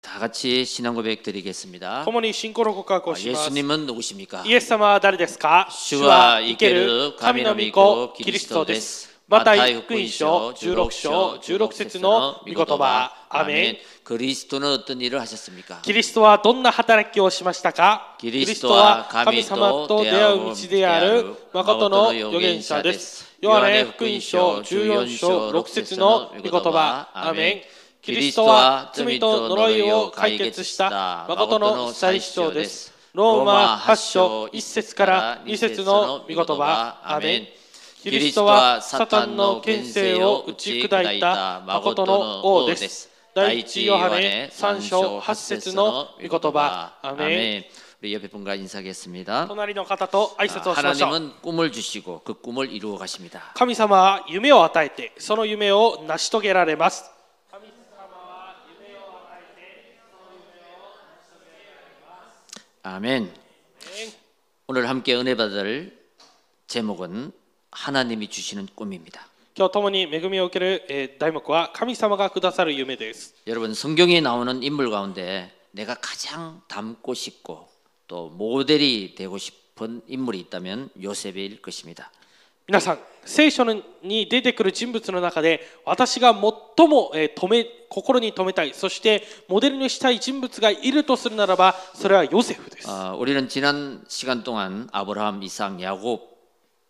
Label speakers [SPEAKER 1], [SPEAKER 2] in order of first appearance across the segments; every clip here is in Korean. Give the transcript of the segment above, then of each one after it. [SPEAKER 1] 다 같이 신앙 고백 드리겠습니다.
[SPEAKER 2] 共に信仰の告白を
[SPEAKER 1] 아,
[SPEAKER 2] します。
[SPEAKER 1] 예수님은 누구십니까?
[SPEAKER 2] イエス様は誰ですか
[SPEAKER 1] 主は生ける神の御子キ
[SPEAKER 2] キ
[SPEAKER 1] リ
[SPEAKER 2] リ
[SPEAKER 1] ス
[SPEAKER 2] ス
[SPEAKER 1] ト
[SPEAKER 2] ト
[SPEAKER 1] で
[SPEAKER 2] ですす。
[SPEAKER 1] マ
[SPEAKER 2] マ
[SPEAKER 1] タ
[SPEAKER 2] タ
[SPEAKER 1] イ
[SPEAKER 2] イ
[SPEAKER 1] 福
[SPEAKER 2] 福
[SPEAKER 1] 音
[SPEAKER 2] 音
[SPEAKER 1] 書
[SPEAKER 2] 書
[SPEAKER 1] 16章
[SPEAKER 2] 16章
[SPEAKER 1] 16
[SPEAKER 2] 16
[SPEAKER 1] 節
[SPEAKER 2] 節
[SPEAKER 1] の
[SPEAKER 2] の
[SPEAKER 1] 御
[SPEAKER 2] 御
[SPEAKER 1] 言
[SPEAKER 2] 言
[SPEAKER 1] 葉
[SPEAKER 2] 葉
[SPEAKER 1] ア
[SPEAKER 2] ア
[SPEAKER 1] ー
[SPEAKER 2] ー
[SPEAKER 1] メ
[SPEAKER 2] メ
[SPEAKER 1] ン
[SPEAKER 2] ン
[SPEAKER 1] 그리스도는어떤일을하셨습니까
[SPEAKER 2] キリストはどんな働きをしましたか
[SPEAKER 1] キリストは神
[SPEAKER 2] キリストは
[SPEAKER 1] と
[SPEAKER 2] 神様と
[SPEAKER 1] 出
[SPEAKER 2] 出
[SPEAKER 1] 会
[SPEAKER 2] 会
[SPEAKER 1] う道
[SPEAKER 2] う道
[SPEAKER 1] で
[SPEAKER 2] で
[SPEAKER 1] あ
[SPEAKER 2] あ
[SPEAKER 1] る
[SPEAKER 2] る
[SPEAKER 1] 誠
[SPEAKER 2] 誠
[SPEAKER 1] の
[SPEAKER 2] の
[SPEAKER 1] 預言
[SPEAKER 2] 預言
[SPEAKER 1] 者
[SPEAKER 2] 者
[SPEAKER 1] で
[SPEAKER 2] ですす。
[SPEAKER 1] ヨ
[SPEAKER 2] ヨ
[SPEAKER 1] ハ
[SPEAKER 2] ハ
[SPEAKER 1] ネ
[SPEAKER 2] ネ
[SPEAKER 1] 福
[SPEAKER 2] 福
[SPEAKER 1] 音
[SPEAKER 2] 音
[SPEAKER 1] 書
[SPEAKER 2] 書
[SPEAKER 1] 14
[SPEAKER 2] 14
[SPEAKER 1] 章
[SPEAKER 2] 章
[SPEAKER 1] 6
[SPEAKER 2] 6
[SPEAKER 1] 節
[SPEAKER 2] 節
[SPEAKER 1] の
[SPEAKER 2] の
[SPEAKER 1] 御
[SPEAKER 2] 御
[SPEAKER 1] 言
[SPEAKER 2] 言
[SPEAKER 1] 葉
[SPEAKER 2] 葉
[SPEAKER 1] ア
[SPEAKER 2] ア
[SPEAKER 1] ー
[SPEAKER 2] ー
[SPEAKER 1] メ
[SPEAKER 2] メ
[SPEAKER 1] ン
[SPEAKER 2] ン
[SPEAKER 1] キ
[SPEAKER 2] キ
[SPEAKER 1] リ
[SPEAKER 2] リ
[SPEAKER 1] ス
[SPEAKER 2] ス
[SPEAKER 1] ト
[SPEAKER 2] ト
[SPEAKER 1] は
[SPEAKER 2] は
[SPEAKER 1] 罪
[SPEAKER 2] 罪
[SPEAKER 1] と
[SPEAKER 2] と
[SPEAKER 1] 呪
[SPEAKER 2] 呪
[SPEAKER 1] い
[SPEAKER 2] い
[SPEAKER 1] を
[SPEAKER 2] を
[SPEAKER 1] 解
[SPEAKER 2] 解
[SPEAKER 1] 決
[SPEAKER 2] 決
[SPEAKER 1] し
[SPEAKER 2] したた
[SPEAKER 1] 誠
[SPEAKER 2] 誠
[SPEAKER 1] の
[SPEAKER 2] の
[SPEAKER 1] 最
[SPEAKER 2] 最
[SPEAKER 1] 主
[SPEAKER 2] 主
[SPEAKER 1] 張
[SPEAKER 2] 張
[SPEAKER 1] で
[SPEAKER 2] ですす
[SPEAKER 1] ロ
[SPEAKER 2] ロ
[SPEAKER 1] ー
[SPEAKER 2] ー
[SPEAKER 1] マ
[SPEAKER 2] マ
[SPEAKER 1] 8
[SPEAKER 2] 8
[SPEAKER 1] 章
[SPEAKER 2] 章
[SPEAKER 1] 1
[SPEAKER 2] 1
[SPEAKER 1] 節
[SPEAKER 2] 節
[SPEAKER 1] か
[SPEAKER 2] からら
[SPEAKER 1] 2
[SPEAKER 2] 2
[SPEAKER 1] 節
[SPEAKER 2] 節
[SPEAKER 1] の
[SPEAKER 2] の
[SPEAKER 1] 御
[SPEAKER 2] 御
[SPEAKER 1] 言
[SPEAKER 2] 言
[SPEAKER 1] 葉
[SPEAKER 2] 葉
[SPEAKER 1] ア
[SPEAKER 2] ア
[SPEAKER 1] ー
[SPEAKER 2] ー
[SPEAKER 1] メ
[SPEAKER 2] メ
[SPEAKER 1] ン
[SPEAKER 2] ン
[SPEAKER 1] キ
[SPEAKER 2] キ
[SPEAKER 1] リ
[SPEAKER 2] リ
[SPEAKER 1] ス
[SPEAKER 2] ス
[SPEAKER 1] ト
[SPEAKER 2] ト
[SPEAKER 1] は
[SPEAKER 2] は
[SPEAKER 1] サタ
[SPEAKER 2] サタ
[SPEAKER 1] ン
[SPEAKER 2] ン
[SPEAKER 1] の
[SPEAKER 2] の
[SPEAKER 1] 権
[SPEAKER 2] 権
[SPEAKER 1] 勢
[SPEAKER 2] 勢
[SPEAKER 1] を
[SPEAKER 2] を
[SPEAKER 1] 打
[SPEAKER 2] 打
[SPEAKER 1] ち
[SPEAKER 2] ち
[SPEAKER 1] 砕
[SPEAKER 2] 砕
[SPEAKER 1] い
[SPEAKER 2] い
[SPEAKER 1] た
[SPEAKER 2] た
[SPEAKER 1] 誠
[SPEAKER 2] 誠
[SPEAKER 1] の
[SPEAKER 2] の
[SPEAKER 1] 王
[SPEAKER 2] 王
[SPEAKER 1] で
[SPEAKER 2] ですす。
[SPEAKER 1] 第
[SPEAKER 2] 第
[SPEAKER 1] 一
[SPEAKER 2] 一
[SPEAKER 1] ヨ
[SPEAKER 2] ヨ
[SPEAKER 1] ハ
[SPEAKER 2] ハ
[SPEAKER 1] ネ
[SPEAKER 2] ネ
[SPEAKER 1] 3
[SPEAKER 2] 3
[SPEAKER 1] 章
[SPEAKER 2] 章
[SPEAKER 1] 8
[SPEAKER 2] 8
[SPEAKER 1] 節
[SPEAKER 2] 節
[SPEAKER 1] の
[SPEAKER 2] の
[SPEAKER 1] 御
[SPEAKER 2] 御
[SPEAKER 1] 言
[SPEAKER 2] 言
[SPEAKER 1] 葉
[SPEAKER 2] 葉
[SPEAKER 1] ア
[SPEAKER 2] ア
[SPEAKER 1] ー
[SPEAKER 2] ー
[SPEAKER 1] メ
[SPEAKER 2] メ
[SPEAKER 1] ン 우리 옆에 분과 인사하겠습니다. 아,
[SPEAKER 2] 隣の方と挨拶をしましょう
[SPEAKER 1] 하나님은 꿈을 주시고 그 꿈을 이루어 가십니다.
[SPEAKER 2] 神様は夢を与えてその夢を成し遂げられます
[SPEAKER 1] 아멘 오늘 함께 은혜 받을 제목은 하나님이 주시는 꿈입니다.
[SPEAKER 2] 今日共に恵みを受けるえー題目は神様がくださる夢です
[SPEAKER 1] 여러분 성경에 나오는 인물 가운데 내가 가장 닮고 싶고 또 모델이 되고 싶은 인물이 있다면 요셉일 것입니다.
[SPEAKER 2] 皆さん聖書に出てくる人物の中で私が最もえー留め心に留めたいそしてモデルにしたい人物がいるとするならばそれはヨセフです
[SPEAKER 1] 아, 우리는 지난 시간 동안 아브라함, 이삭, 야곱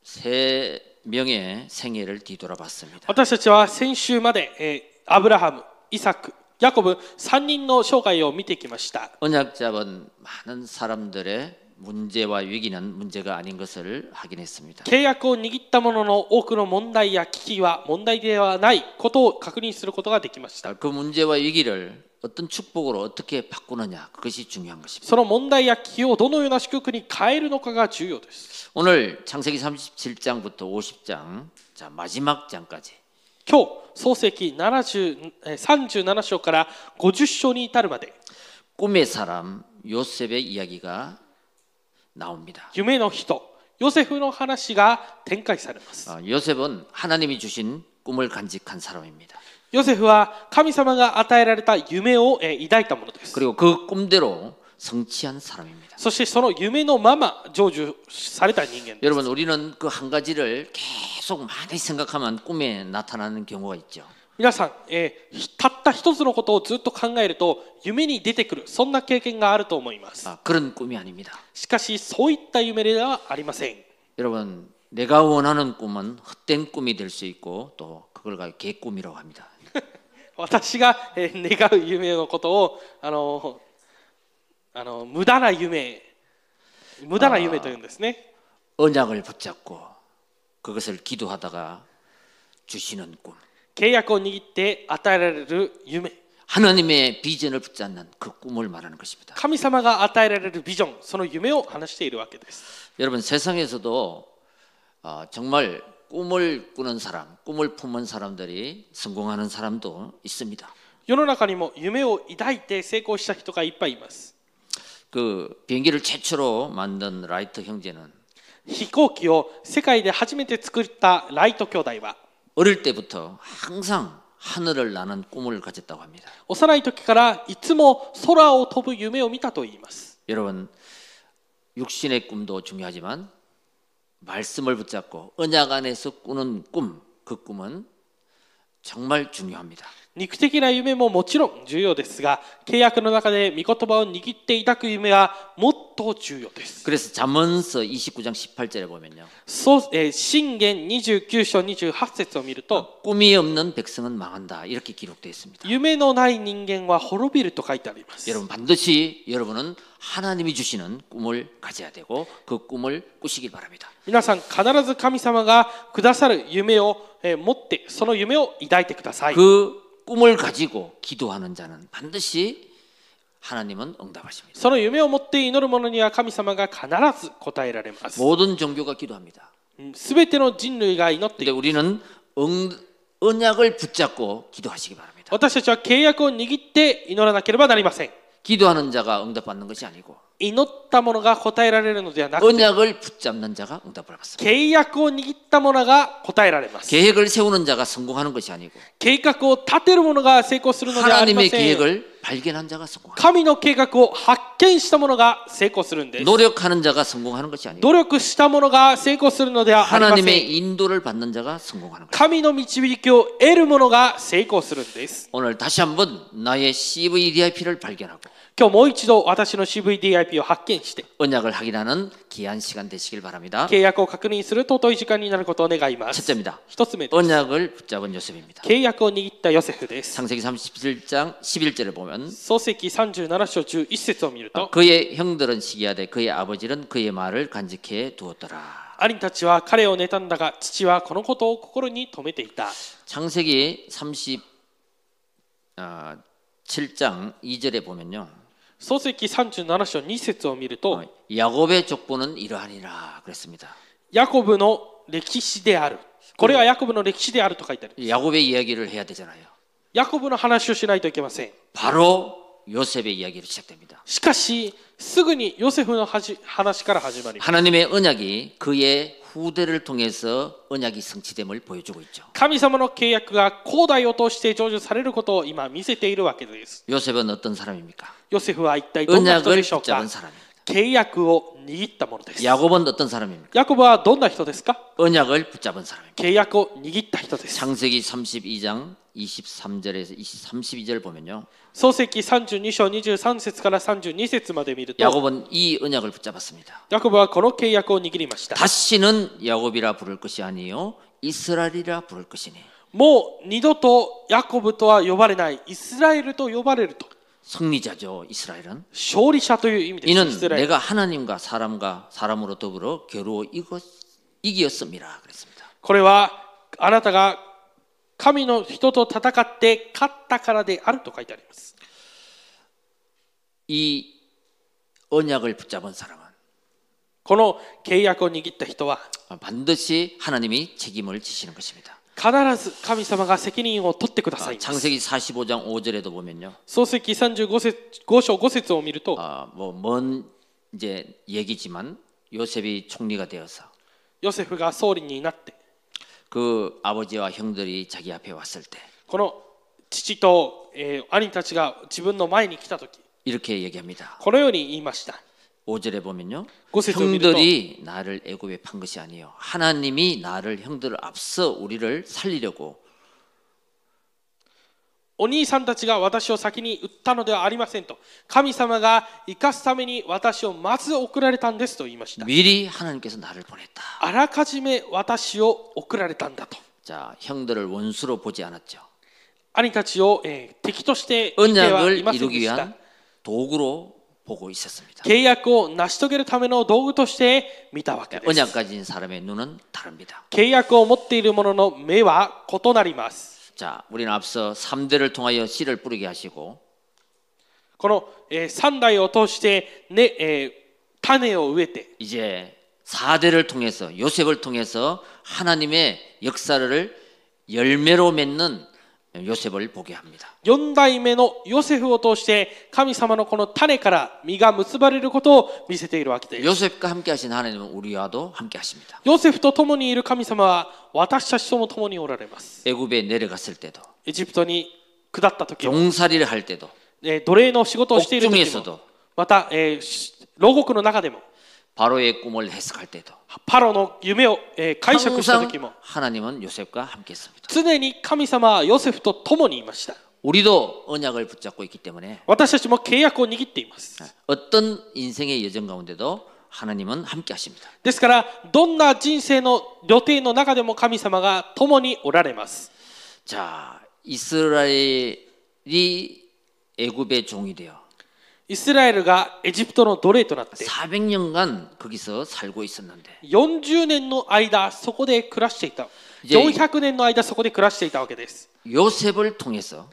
[SPEAKER 1] 세 명의 생애를 뒤돌아봤습니다.
[SPEAKER 2] 私たちは先週までえーアブラハムイサクヤコブ3人の生涯を見てきました
[SPEAKER 1] 언약잡은 많은 사람들의 문제와 위기는 문제가 아닌 것을 확인했습니다.
[SPEAKER 2] 契約を握ったものの多くの問題や危機は問題ではないことを確認することができました
[SPEAKER 1] 그 문제와 위기를 어떤 축복으로 어떻게 바꾸느냐 그것이 중요한 것입니다.
[SPEAKER 2] その問題や危機をどのような祝福に変えるのかが重要です
[SPEAKER 1] 오늘 창세기 37장부터 50장 자 마지막 장까지
[SPEAKER 2] 今日創世記70えー37章から50章に至るまで
[SPEAKER 1] 꿈의 사람 요셉의 이야기가 나옵니다.
[SPEAKER 2] 夢の人ヨセフの話が展開されます
[SPEAKER 1] 어, 요셉은 하나님이 주신 꿈을 간직한 사람입니다.
[SPEAKER 2] ヨセフは神様が与えられた夢をえー抱いたものです
[SPEAKER 1] 그리고 그 꿈대로 성취한 사람입니다.
[SPEAKER 2] そしてその夢のまま成就された人間です
[SPEAKER 1] 여러분 우리는 그 한 가지를 계속 많이 생각하면 꿈에 나타나는 경우가 있죠.
[SPEAKER 2] 皆さん、えーたった一つのことをずっと考えると夢に出てくるそんな経験があると思います
[SPEAKER 1] 아, 그런 꿈이 아닙니다.
[SPEAKER 2] しかしそういった夢ではありません
[SPEAKER 1] 여러분 내가 원하는 꿈은 헛된 꿈이 될 수 있고 또 그걸 가지고 개꿈이라고 합니다.
[SPEAKER 2] 私が、えー願う夢のことをあのーあのー無駄な夢無駄な夢というんですね
[SPEAKER 1] 언약을 붙잡고 그것을 기도하다가 주시는 꿈.
[SPEAKER 2] 契約を握って与えられる夢
[SPEAKER 1] 하나님의 비전을 붙잡는 그 꿈을 말하는 것입니다.
[SPEAKER 2] 神様が与えられるビジョンその夢を話しているわけです
[SPEAKER 1] 여러분 세상에서도 아, 정말 꿈을 꾸는 사람, 꿈을 품은 사람들이 성공하는 사람도 있습니다.
[SPEAKER 2] 世の中にも夢を抱いて成功した人がいっぱいいます
[SPEAKER 1] 그 비행기를 최초로 만든 라이트 형제는
[SPEAKER 2] 飛行機を世界で初めて作ったライト兄弟は
[SPEAKER 1] 어릴 때부터 항상 하늘을 나는 꿈을 가졌다고 합니다.
[SPEAKER 2] 幼い時からいつも空を飛ぶ夢を見たといいます
[SPEAKER 1] 여러분 육신의 꿈도 중요하지만 말씀을 붙잡고 언약 안에서 꾸는 꿈, 그 꿈은 정말 중요합니다.
[SPEAKER 2] 肉的な夢ももちろん重要ですが契約の中で御言葉を握って抱く夢はもっと重要です
[SPEAKER 1] 그래서 잠언서 29장 18절에 보면요.
[SPEAKER 2] そう、えー信玄29章28節を見ると
[SPEAKER 1] 꿈이 없는 백성은 망한다. 이렇게 기록되어 있습니다.
[SPEAKER 2] 夢のない人間は滅びると書いてあります
[SPEAKER 1] 여러분 반드시 여러분은 하나님이 주시는 꿈을 가져야 되고 그 꿈을 꾸시길 바랍니다.
[SPEAKER 2] 皆さん必ず神様がくださる夢を、えー持ってその夢を抱いてください
[SPEAKER 1] 그 꿈을 가지고 기도하는 자는 반드시 하나님은 응답하십니다.
[SPEAKER 2] その夢を持って祈る者には神様が必ず答えられます
[SPEAKER 1] 모든 종교가 기도합니다.
[SPEAKER 2] すべての人類が祈ってい
[SPEAKER 1] 근데 그러니까 우리는 응- 언약을 붙잡고 기도하시기 바랍니다.
[SPEAKER 2] 私たちは契約を握って祈らなければなりません
[SPEAKER 1] 기도하는 자가 응답받는 것이 아니고
[SPEAKER 2] 祈った者が答えられるのではなく
[SPEAKER 1] 언약을 붙잡는 자가 응답을 받습니다.
[SPEAKER 2] 契約を握った者が答えられます
[SPEAKER 1] 계획을 세우는 자가 성공하는 것이 아니고
[SPEAKER 2] 計画を立てる者が成功するのではありま
[SPEAKER 1] 하나님의
[SPEAKER 2] せん
[SPEAKER 1] 계획을 발견한 자가 성공하는
[SPEAKER 2] 神の計画を発見した者が成功するんです
[SPEAKER 1] 노력하는 자가 성공하는 것이 아니에요.
[SPEAKER 2] 努力した者が成功するのではありません
[SPEAKER 1] 하나님의 인도를 받는 자가 성공하는 거예요.
[SPEAKER 2] 神の導きを得る者が成功するんです
[SPEAKER 1] 오늘 다시 한번 나의 CVDIP를 발견하고
[SPEAKER 2] 今日もう一度私の CVDIP を発見して
[SPEAKER 1] 언약을 확인하는 귀한 시간 되시길 바랍니다.
[SPEAKER 2] 契約を確認する尊い時間になることを願います。
[SPEAKER 1] 첫째입니다.
[SPEAKER 2] 一つ目です。
[SPEAKER 1] 언약을 붙잡은 요셉입니다.
[SPEAKER 2] 契約を握ったヨセフです。
[SPEAKER 1] 창세기 37장 11절을 보면
[SPEAKER 2] 創世記37章11節を見
[SPEAKER 1] 어?
[SPEAKER 2] ると、
[SPEAKER 1] 그의 형들은 시기하되 그의 아버지는 그의 말을 간직해 두었더라.
[SPEAKER 2] 兄たちは彼を妬んだが、父はこのことを心に留めていた。
[SPEAKER 1] 창세기 아, 37장 2절에 보면요.
[SPEAKER 2] 創世記37章2節を見る
[SPEAKER 1] 어.
[SPEAKER 2] と、
[SPEAKER 1] 야곱의 족보는 이러하니라 그랬습니다.
[SPEAKER 2] ヤコブの歴史である。これはヤコブの歴史であると書いてある。
[SPEAKER 1] 야곱의 이야기를 해야 되잖아요.
[SPEAKER 2] ヤコブの話をしないといけません。
[SPEAKER 1] 바로 요셉의 이야기로 시작됩니다.
[SPEAKER 2] しかし、すぐにヨセフのはじ話から始まります
[SPEAKER 1] 하나님의 언약이 그의 후대를 통해서 언약이 성취됨을 보여주고 있죠.
[SPEAKER 2] 神様の契約が後代を通して成就されることを今見せているわけです。
[SPEAKER 1] 요셉은 어떤 사람입니까?
[SPEAKER 2] ヨセフは一体どんな人
[SPEAKER 1] 언약을
[SPEAKER 2] でしょうか
[SPEAKER 1] 붙잡은 사람입니다.
[SPEAKER 2] 契約を握ったものです。
[SPEAKER 1] 야곱은 어떤 사람입니까?
[SPEAKER 2] ヤコブはどんな人ですか
[SPEAKER 1] 언약을 붙잡은 사람입니다.
[SPEAKER 2] 契約を握った人です。
[SPEAKER 1] 창세기 32장 23절에서 32절 보면요.
[SPEAKER 2] 創世記32章23節から32節まで見ると、
[SPEAKER 1] 야곱은 이 언약을 붙잡았습니다.
[SPEAKER 2] ヤコブはこの契約を握りました。
[SPEAKER 1] 다시는 야곱이라 부를 것이 아니요 이스라엘이라 부를 것이니
[SPEAKER 2] もう二度とヤコブとは呼ばれない、イスラエルと呼ばれると、
[SPEAKER 1] 승리자죠 이스라엘은
[SPEAKER 2] 勝利者という意味です。イ
[SPEAKER 1] 이는
[SPEAKER 2] スラエル
[SPEAKER 1] 내가 하나님과 사람과 사람으로 더불어 겨루어 이것 이기었음이라 그랬습니다.
[SPEAKER 2] これはあなたが神の人と戦って勝ったからであると書いてあります。
[SPEAKER 1] 이 언약을 붙잡은 사람은
[SPEAKER 2] この契約を握った人は
[SPEAKER 1] 반드시 하나님이 책임을 지시는 것입니다.
[SPEAKER 2] 必ず神様が責任を取ってくださいます。
[SPEAKER 1] 창세기 45장 5절에도 보면요.
[SPEAKER 2] 創世記35節5章5節を見ると
[SPEAKER 1] 아, 뭐먼 이제 얘기지만 요셉이 총리가 되어서
[SPEAKER 2] ヨセフが総理になって
[SPEAKER 1] 그 아버지와 형들이 자기 앞에 왔을 때
[SPEAKER 2] この父と、えー兄たちが自分の前に来た時
[SPEAKER 1] 이렇게 얘기합니다.
[SPEAKER 2] このように言いました
[SPEAKER 1] 5절에 보면요.
[SPEAKER 2] 고세스
[SPEAKER 1] 형들이 나를 애굽에 판 것이 아니요 하나님이 나를 형들을 앞서 우리를 살리려고
[SPEAKER 2] お兄さんたちが私を先に売ったのではありませんと神様が生かすために私をまず送られたんですと言いました
[SPEAKER 1] 미리 하나님께서 나를 보냈다.
[SPEAKER 2] あらかじめ私を送られたんだと
[SPEAKER 1] 자, 형들을 원수로 보지 않았죠.
[SPEAKER 2] 兄たちを、えー敵として見てはい
[SPEAKER 1] 언약을
[SPEAKER 2] ませんで
[SPEAKER 1] 이루기
[SPEAKER 2] した
[SPEAKER 1] 위한 도구로 보고 있었습니다.
[SPEAKER 2] 契約を成し遂げるための道具として見たわけです
[SPEAKER 1] 언약 가진 사람의 눈은 다릅니다.
[SPEAKER 2] 契約を持っている者の目は異なります
[SPEAKER 1] 자, 우리는 앞서 3대를 통하여 씨를 뿌리게 하시고
[SPEAKER 2] この、え3代を通して、ねえー種を植えて
[SPEAKER 1] 이제 4대를 통해서 요셉을 통해서 하나님의 역사를 열매로 맺는 요셉을 보게 합니다.
[SPEAKER 2] 4代目のヨセフを通して神様のこの種から実が結ばれることを見せているわけです
[SPEAKER 1] 요셉과 함께 하신 하나님은 우리와도 함께 하십니다.
[SPEAKER 2] ヨセフと共にいる神様は私たちとも共におられます
[SPEAKER 1] 애굽에 내려갔을 때도
[SPEAKER 2] エジプトに下った時も、
[SPEAKER 1] 종살이를 할 때도
[SPEAKER 2] えー奴隷の仕事をしている時も
[SPEAKER 1] 옥중에서도
[SPEAKER 2] また、えーし牢獄の中でも
[SPEAKER 1] 바로의 꿈을 해석할 때도
[SPEAKER 2] パロの夢を、えー解釈した時も
[SPEAKER 1] 항상 하나님은 요셉과 함께 했습니다.
[SPEAKER 2] 常に神様はヨセフと共にいました
[SPEAKER 1] 우리도 언약을 붙잡고 있기 때문에
[SPEAKER 2] 私たちも契約を握っています
[SPEAKER 1] 어떤 인생의 여정 가운데도 하나님은 함께 하십니다.
[SPEAKER 2] ですからどんな人生の予定の中でも神様が共におられます
[SPEAKER 1] 자, 이스라엘이 애굽의 종이 되어
[SPEAKER 2] イスラエルがエジプトの奴隷となって
[SPEAKER 1] 400년간 거기서 살고 있었는데
[SPEAKER 2] 40年の間そこで暮らしていた
[SPEAKER 1] いや
[SPEAKER 2] 400年の間そこで暮らしていたわけです
[SPEAKER 1] 요셉을 통해서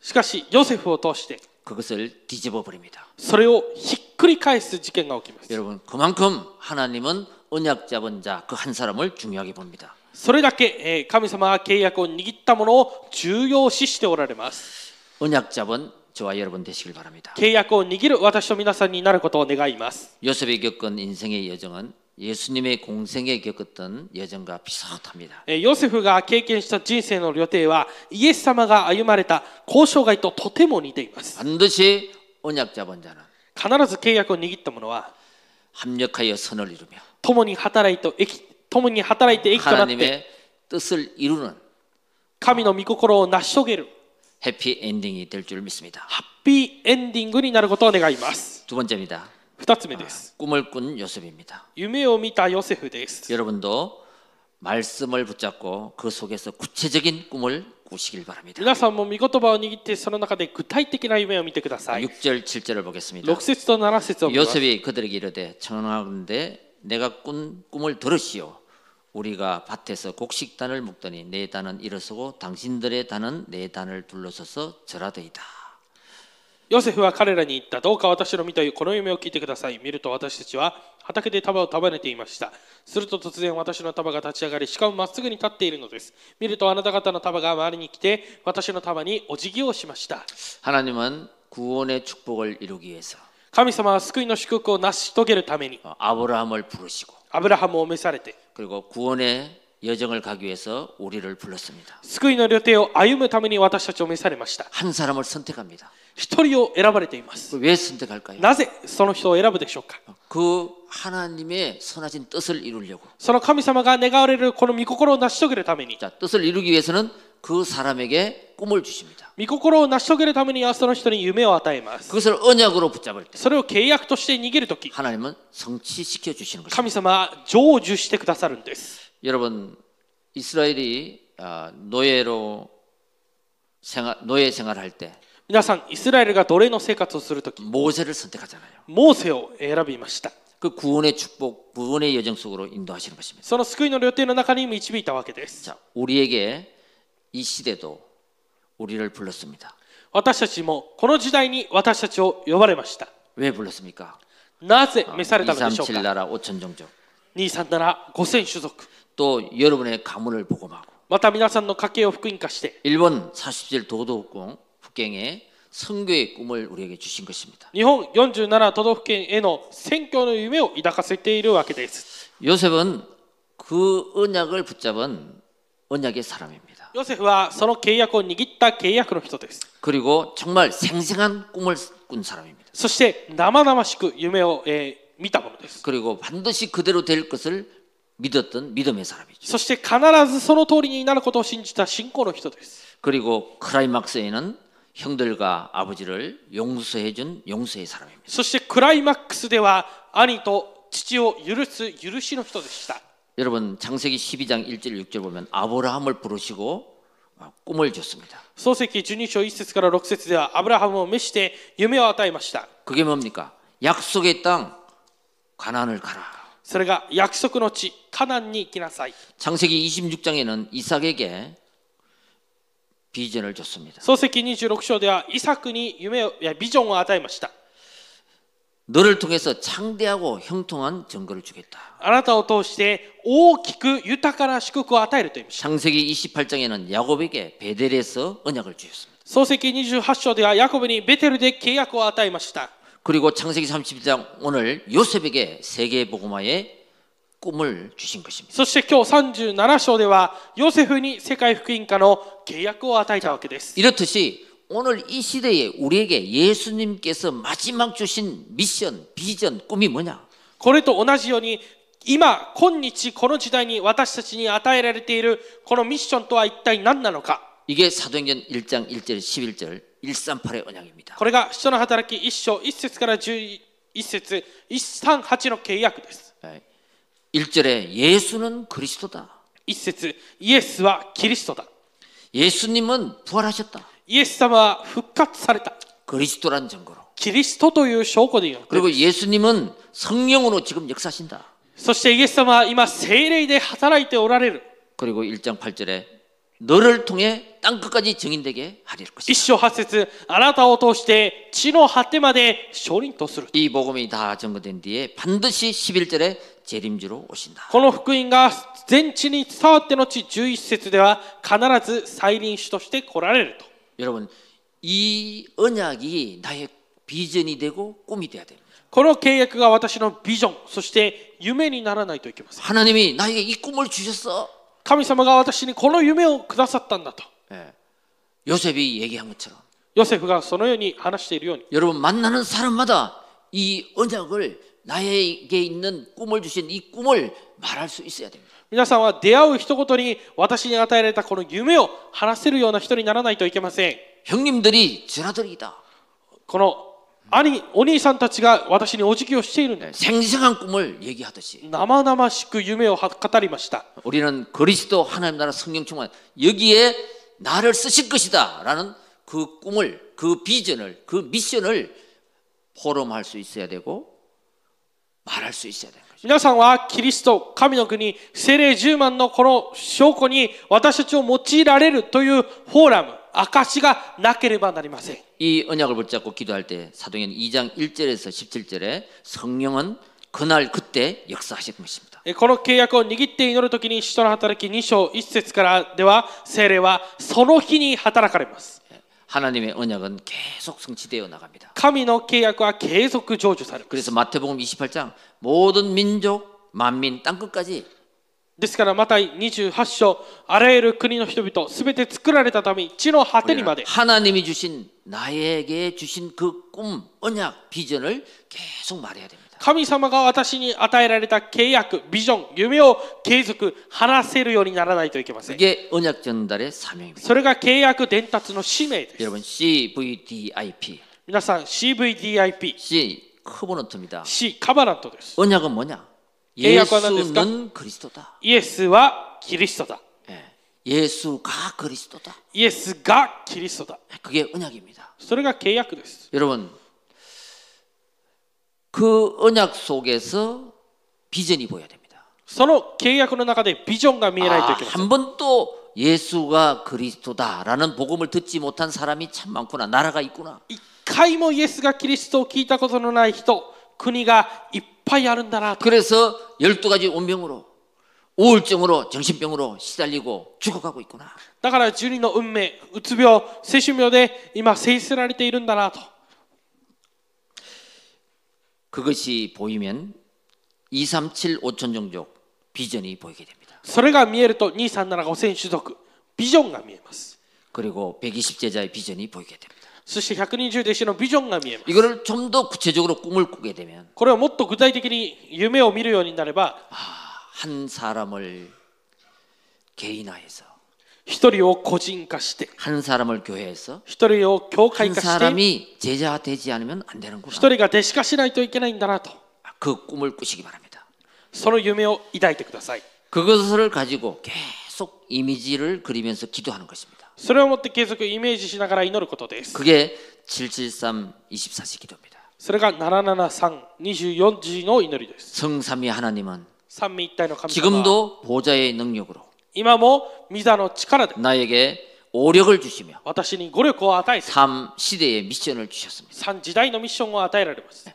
[SPEAKER 2] しかしヨセフを通して
[SPEAKER 1] 그것을 뒤집어 버립니다.
[SPEAKER 2] それをひっくり返す事件が起きます
[SPEAKER 1] 여러분, 그만큼 하나님은 언약 잡은 자 그 한 사람을 중요하게 봅니다.
[SPEAKER 2] それだけえー神様は契約を握ったものを重要視しておられます
[SPEAKER 1] 언약 잡은 저와 여러분 되시길 바랍니다.
[SPEAKER 2] 契約を握る私と皆さんになることを願います
[SPEAKER 1] 요셉이 겪은 인생의 여정은 예수님의 공생에 겪었던 여정과 비슷합니다.
[SPEAKER 2] えーヨセフが経験した人生の旅程はイエス様が歩まれた交渉外ととても似ています
[SPEAKER 1] 반드시 언약 잡은 자는
[SPEAKER 2] 必ず契約を握った者は
[SPEAKER 1] 합력하여 선을 이루며
[SPEAKER 2] 共に働いて益共に働いて益となって
[SPEAKER 1] 하나님의 뜻을 이루는
[SPEAKER 2] 神の御心を成し遂げる
[SPEAKER 1] 해피 엔딩이 될 줄 믿습니다.
[SPEAKER 2] ハッピーエンディングになることを願います
[SPEAKER 1] 두 번째입니다.
[SPEAKER 2] 二つ目です
[SPEAKER 1] 꿈을 꾼 요셉입니다.
[SPEAKER 2] 夢を見たヨセフです
[SPEAKER 1] 여러분도 말씀을 붙잡고 그 속에서 구체적인 꿈을 꾸시길 바랍니다.
[SPEAKER 2] 皆さんも御言葉を握ってその中で具体的な夢を見てください
[SPEAKER 1] 6절 7절을 보겠습니다.
[SPEAKER 2] 6節と7節を見ます
[SPEAKER 1] 요셉이 그들에게 이르되 청하는데 내가 꾼 꿈을 들으시오. 우리가 밭에서 곡식단을 묶더니 내 단은 일어서고 당신들의 단은 내 단을 둘러서서 절하더이다.
[SPEAKER 2] ヨセフは彼らに言ったどうか私の見たこの夢を聞いてください見ると私たちは畑で束を束ねていましたすると突然私の束が立ち上がりしかもまっすぐに立っているのです見るとあなた方の束が周りに来て私の束にお辞儀をしました
[SPEAKER 1] 하나님은 구원의 축복을 이루기 위해서
[SPEAKER 2] 神様は救いの祝福を成し遂げるために
[SPEAKER 1] 아브라함을 부르시고
[SPEAKER 2] アブラハムを召されて
[SPEAKER 1] 그리고 구원의 여정을 가기 위해서 우리를 불렀습니다.
[SPEAKER 2] 救いの旅程を歩むために私たちを召されました
[SPEAKER 1] 한 사람을 선택합니다.
[SPEAKER 2] 一人を選ばれています
[SPEAKER 1] 그왜 선택할까요?
[SPEAKER 2] なぜその人を選ぶでしょうか
[SPEAKER 1] 그 하나님의 선하신 뜻을 이루려고.
[SPEAKER 2] その神様が願われるこの御心を成し遂げるために
[SPEAKER 1] 자, 뜻을 이루기 위해서는 그 사람에게 꿈을 주십니다.
[SPEAKER 2] 御心を成し遂げるためにはその人に夢を与えます
[SPEAKER 1] 그것을 언약으로 붙잡을 때
[SPEAKER 2] それを契約として逃げるとき、
[SPEAKER 1] 하나님은 성취시켜 주시는 것입니다.
[SPEAKER 2] 神様は成就してくださるんです。
[SPEAKER 1] 여러분, 이스라엘이 아, 노예로 생활, 노예 생활할 때
[SPEAKER 2] 皆さん、イスラエルが奴隷の生活をするとき、
[SPEAKER 1] 모세를 선택하잖아요.
[SPEAKER 2] モーセを選びました。
[SPEAKER 1] 그 구원의 축복, 구원의 여정 속으로 인도하시는 것입니다.
[SPEAKER 2] その救いの予定の中に導いたわけです。
[SPEAKER 1] 자, 우리에게 이 시대도 우리를 불렀습니다.
[SPEAKER 2] 私たちもこの時代に私たちを呼ばれました。
[SPEAKER 1] 왜 불렀습니까?
[SPEAKER 2] なぜ召されたのでしょう
[SPEAKER 1] 237
[SPEAKER 2] か
[SPEAKER 1] 나라 5천 종족.
[SPEAKER 2] 237 5000種族。
[SPEAKER 1] 또 여러분의 가문을 복음하고
[SPEAKER 2] また皆さんの家計を福音化して、
[SPEAKER 1] 일본 47 도도국경 북경의 선교의 꿈을 우리에게 주신 것입니다.
[SPEAKER 2] 日本47都道府県への宣教の夢を抱かせているわけです。
[SPEAKER 1] 요셉은 그 언약을 붙잡은 언약의 사람입니다.
[SPEAKER 2] ヨセフはその契約を握った契約の人です。
[SPEAKER 1] 그리고 정말 생생한 꿈을 꾼 사람입니다.
[SPEAKER 2] そして生々しく夢を、えー見たものです。
[SPEAKER 1] 그리고 반드시 그대로 될 것을 믿었던 믿음의 사람이죠.
[SPEAKER 2] そして必ずその通りになることを信じた信仰の人です。
[SPEAKER 1] 그리고 크라이막스에는 형들과 아버지를 용서해 준 용서의 사람입니다.
[SPEAKER 2] そしてクライマックスでは兄と父を許す許しの人でした。
[SPEAKER 1] 여러분 창세기 12장 1절 6절 보면 아브라함을 부르시고 어, 꿈을 줬습니다.
[SPEAKER 2] 創世記12章1節から6節ではアブラハムを召して夢を与えました。
[SPEAKER 1] 그게 뭡니까? 약속의 땅 가나안을 가라.
[SPEAKER 2] それが約束の地カナンに行きなさい。
[SPEAKER 1] 창세기 26장에는 이삭에게 비전을 줬습니다.
[SPEAKER 2] 創世記26章ではイサクに夢をいやビジョンを与えました。
[SPEAKER 1] 너를 통해서 창대하고 형통한 정거를 주겠다.
[SPEAKER 2] あなたを通して大きく豊かな祝福を与えると言いました。
[SPEAKER 1] 창세기 28장에는 야곱에게 베델에서 언약을 주셨습니다.
[SPEAKER 2] 創世記28章ではヤコブにベテルで契約を与えました。
[SPEAKER 1] 그리고 창세기 31장 오늘 요셉에게 세계 복음화의 꿈을 주신 것입니다.
[SPEAKER 2] そして今日37章ではヨセフに世界福音家の契約を与えたわけです。
[SPEAKER 1] 이렇듯이 오늘 이 시대에 우리에게 예수님께서 마지막 주신 미션, 비전, 꿈이 뭐냐?
[SPEAKER 2] これと同じように今、今日、この時代に私たちに与えられているこのミッションとは一体何なのか。
[SPEAKER 1] 이게 사도행전 1장 1절 11절 138의 언약입니다.
[SPEAKER 2] これが人の働き1章1節から11節138の契約です。
[SPEAKER 1] 1절에 예수는 그리스도다.
[SPEAKER 2] 1節イエスはキリストだ。
[SPEAKER 1] 예수님은 부활하셨다.
[SPEAKER 2] イエス様は復活された。
[SPEAKER 1] 그리스도란 증거로.
[SPEAKER 2] キリストという証拠で言うの
[SPEAKER 1] 그리고 예수님은 성령으로 지금 역사하신다.
[SPEAKER 2] そしてイエス様は今、精霊で働いておられる。
[SPEAKER 1] 그리고 1장 8절에 너를 통해 땅 끝까지 증인되게 하리라 것이다.
[SPEAKER 2] 一章八節あなたを通して地の果てまで証人とする
[SPEAKER 1] 이 복음이 다 증거된 뒤에 반드시 11절에 재림주로 오신다.
[SPEAKER 2] この福音が全地に伝わってのち11節では必ず再臨主として来られると
[SPEAKER 1] 여러분 이 언약이 나의 비전이 되고 꿈이 돼야 됩니다.
[SPEAKER 2] この契約が私のビジョンそして夢にならないといけません
[SPEAKER 1] 하나님이 나에게 이 꿈을 주셨어.
[SPEAKER 2] 神様が私にこの夢をくださったんだと
[SPEAKER 1] 예. 요셉이 얘기한 것처럼
[SPEAKER 2] ヨセフがそのように話しているように
[SPEAKER 1] 여러분 만나는 사람마다 이 언약을 나에게 있는 꿈을 주신 이 꿈을 말할 수 있어야 됩니다.
[SPEAKER 2] 皆さんは出会う人ごとに私に与えられたこの夢を話せるような人にならないといけません
[SPEAKER 1] 형님들이 전하들이다.
[SPEAKER 2] この兄お兄さんたちが私にお辞儀をしているんです
[SPEAKER 1] 생생한 꿈을 얘기하듯이
[SPEAKER 2] 生々しく夢を語りました
[SPEAKER 1] 우리는 그리스도 하나님 나라 성령 충만 여기에 나를 쓰실 것이다라는 그 꿈을 그 비전을 그 미션을 포럼할 수 있어야 되고 말할 수 있어야 되는 거죠.
[SPEAKER 2] 皆さんはキリスト、神の国、聖霊10万のこの証拠に私たちを用いられるというフォーラム、証がなければなりません。
[SPEAKER 1] 이 언약을 붙잡고 기도할 때 사도행 2장 1절에서 17절에 성령은 그날 그때 역사하실 것입니다.
[SPEAKER 2] えこの契約を握って祈るときに、使徒の働き2章1節からでは、聖霊はその日に働かれます。
[SPEAKER 1] 예, 하나님의 언약은 계속 성취되어 나갑니다.
[SPEAKER 2] 神の契約は継続成就される。
[SPEAKER 1] 그래서 마태복음 28장 모든 민족 만민 땅 끝까지
[SPEAKER 2] ですから、マタイ28章、あらゆる国の人々、すべて作られたため、地の果てにまで
[SPEAKER 1] 하나님이 주신 나에게 주신 그 꿈, 언약, 비전을 계속 말해야 됩니다.
[SPEAKER 2] 神様が私に与えられた契約、ビジョン、夢を継続、話せるようにならないといけません。
[SPEAKER 1] 그게 언약 전달의 사명입니다.
[SPEAKER 2] それが契約伝達の使命です。
[SPEAKER 1] 여러분 CVDIP,
[SPEAKER 2] 皆さん、CVDIP、
[SPEAKER 1] C 커버넌트입니다.
[SPEAKER 2] C、カバナントです。
[SPEAKER 1] 언약은 뭐냐?
[SPEAKER 2] 예약은 하나입니까?
[SPEAKER 1] 예수는 그리스도다.
[SPEAKER 2] イエスはキリストだ。
[SPEAKER 1] 예. 예수가 그리스도다.
[SPEAKER 2] イエスがキリストだ。
[SPEAKER 1] 그게 언약입니다.
[SPEAKER 2] それが契約です。
[SPEAKER 1] 여러분 그 언약 속에서 비전이 보여야 됩니다.
[SPEAKER 2] その契約の中でビジョンが見えないといけません。
[SPEAKER 1] 아, 한 번도 예수가 그리스도다라는 복음을 듣지 못한 사람이 참 많구나. 나라가 있구나.
[SPEAKER 2] 一回もイエスがキリストを聞いたことのない人、国がいっぱいあるんだなと。
[SPEAKER 1] 그래서 열두 가지 온병으로 우울증으로 정신병으로 시달리고 죽어가고 있구나.
[SPEAKER 2] だから、十二の運命、うつ病、精神病で今、制せられているんだなと。
[SPEAKER 1] 그것이 보이면 237 5천 종족 비전이 보이게 됩니다.
[SPEAKER 2] それが見えると2375選手族ビジョンが見えます
[SPEAKER 1] 그리고 120 제자의 비전이 보이게 됩니다.
[SPEAKER 2] そして120弟子のビジョンが見えます
[SPEAKER 1] 이거를 좀 더 구체적으로 꿈을 꾸게 되면
[SPEAKER 2] これをもっと具体的に夢を見るようになれば
[SPEAKER 1] 한 사람을 개인화해서
[SPEAKER 2] 一人を個人化して
[SPEAKER 1] 한 사람을 교회에서
[SPEAKER 2] 一人を教会
[SPEAKER 1] 한
[SPEAKER 2] 化して
[SPEAKER 1] 사람이 제자 되지 않으면 안 되는구나.
[SPEAKER 2] 一人が弟子化しないといけないんだなと
[SPEAKER 1] 그 꿈을 꾸시기 바랍니다.
[SPEAKER 2] その夢を抱いてください
[SPEAKER 1] 그것을 가지고 계속 이미지를 그리면서 기도하는 것입니다.
[SPEAKER 2] それをもって継続イメージしながら祈ることです
[SPEAKER 1] 그게 773 24시 기도입니다.
[SPEAKER 2] それが77324時の祈りです
[SPEAKER 1] 성삼위 하나님은
[SPEAKER 2] 三位一体の神様は
[SPEAKER 1] 지금도 보좌의 능력으로
[SPEAKER 2] 今も御座の力で
[SPEAKER 1] 나에게 오력을 주시며
[SPEAKER 2] 私に語力を与え
[SPEAKER 1] 삶 시대의 미션을 주셨습니다.
[SPEAKER 2] 三時代のミッションを与えられます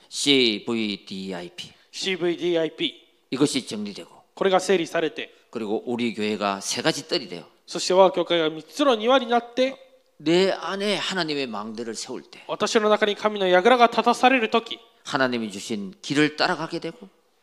[SPEAKER 1] CVDIP
[SPEAKER 2] CVDIP
[SPEAKER 1] 이것이 정리되고
[SPEAKER 2] これが整理されて
[SPEAKER 1] 그리고 우리 교회가 세 가지 뜰이 돼요.
[SPEAKER 2] そして我が教会が3つの庭になって
[SPEAKER 1] 내 안에 하나님의 망대를 세울 때
[SPEAKER 2] 私の中に神の櫓が立たされる時
[SPEAKER 1] 하나님이 주신 길을 따라가게 되고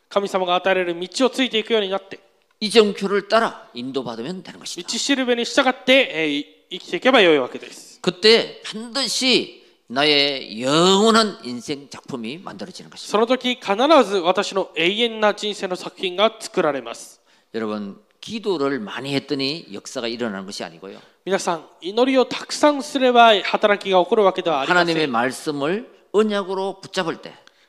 [SPEAKER 2] 神様が与えられる道をついていくようになって
[SPEAKER 1] 이정표를 따라 인도받으면 되는
[SPEAKER 2] 道
[SPEAKER 1] 것입니다.
[SPEAKER 2] しるべに従って、えー生きていけばよいわけです
[SPEAKER 1] 그때 반드시 나의 영원한 인생 작품이 만들어지는 것입니다.
[SPEAKER 2] その時必ず私の永遠な人生の作品が作られます
[SPEAKER 1] 여러분 기도를 많이 했더니 역사가 일어나는 것이 아니고요.
[SPEAKER 2] 皆さん祈りをたくさんすれば働きが起こるわけではありません
[SPEAKER 1] 하나님의 말씀을 언약으로 붙잡을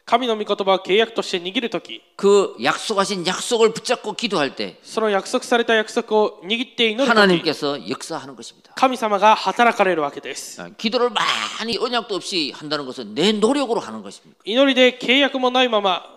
[SPEAKER 2] 神の御言葉を契約として握る
[SPEAKER 1] 때
[SPEAKER 2] 時
[SPEAKER 1] 그 약속하신 약속을 붙잡고 기도할 때
[SPEAKER 2] その約束された約束を握って
[SPEAKER 1] 네,
[SPEAKER 2] 祈る時
[SPEAKER 1] 하나님께서 역사하는 것입니다.
[SPEAKER 2] 神様が働かれるわけです
[SPEAKER 1] 어, 기도를 많이 언약도 없이 한다는 것은 내 노력으로 하는 것입니다.
[SPEAKER 2] 祈りで契約もないまま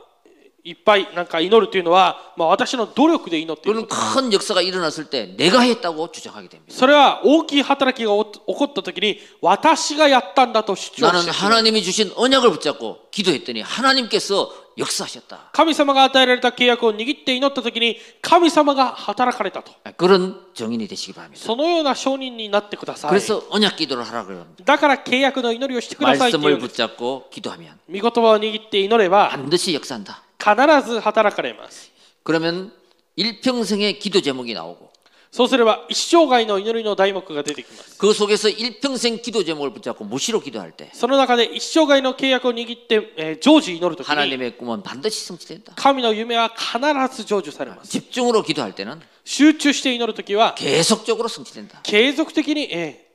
[SPEAKER 2] いっぱいなんか祈るというのは、まあ、私の努力で祈っているこ
[SPEAKER 1] 그런
[SPEAKER 2] と
[SPEAKER 1] 큰 역사가 일어났을 때 내가 했다고 주장하게 됩니다.
[SPEAKER 2] それは大きい働きがお起こった時に私がやったんだと主張
[SPEAKER 1] 나는
[SPEAKER 2] してしまう
[SPEAKER 1] 하나님이 주신 언약을 붙잡고 기도했더니 하나님께서 역사하셨다.
[SPEAKER 2] 神様が与えられた契約を握って祈った時に神様が働かれたと
[SPEAKER 1] 아, 그런 정인이 되시기 바랍니다.
[SPEAKER 2] そのような証人になってください
[SPEAKER 1] 그래서 언약 기도를 하라고 합니다.
[SPEAKER 2] だから契約の祈りをしてくださいとい
[SPEAKER 1] 말씀을
[SPEAKER 2] う
[SPEAKER 1] 붙잡고 기도하면
[SPEAKER 2] 御言葉を握って祈れば
[SPEAKER 1] 반드시 역사한다.
[SPEAKER 2] 必ず働かれます
[SPEAKER 1] 그러면 일평생의 기도 제목이 나오고
[SPEAKER 2] そうすれば一生涯の祈りの題目が出てきます
[SPEAKER 1] 그 속에서 일평생 기도 제목을 붙잡고 무시로 기도할 때
[SPEAKER 2] その中で一生涯の契約を握って、えー常時祈る時に
[SPEAKER 1] 하나님의 꿈은 반드시 성취된다.
[SPEAKER 2] 神の夢は必ず成就されます
[SPEAKER 1] 집중으로 기도할 때는
[SPEAKER 2] 集中して祈る時は
[SPEAKER 1] 계속적으로 성취된다.
[SPEAKER 2] 継続的に、えー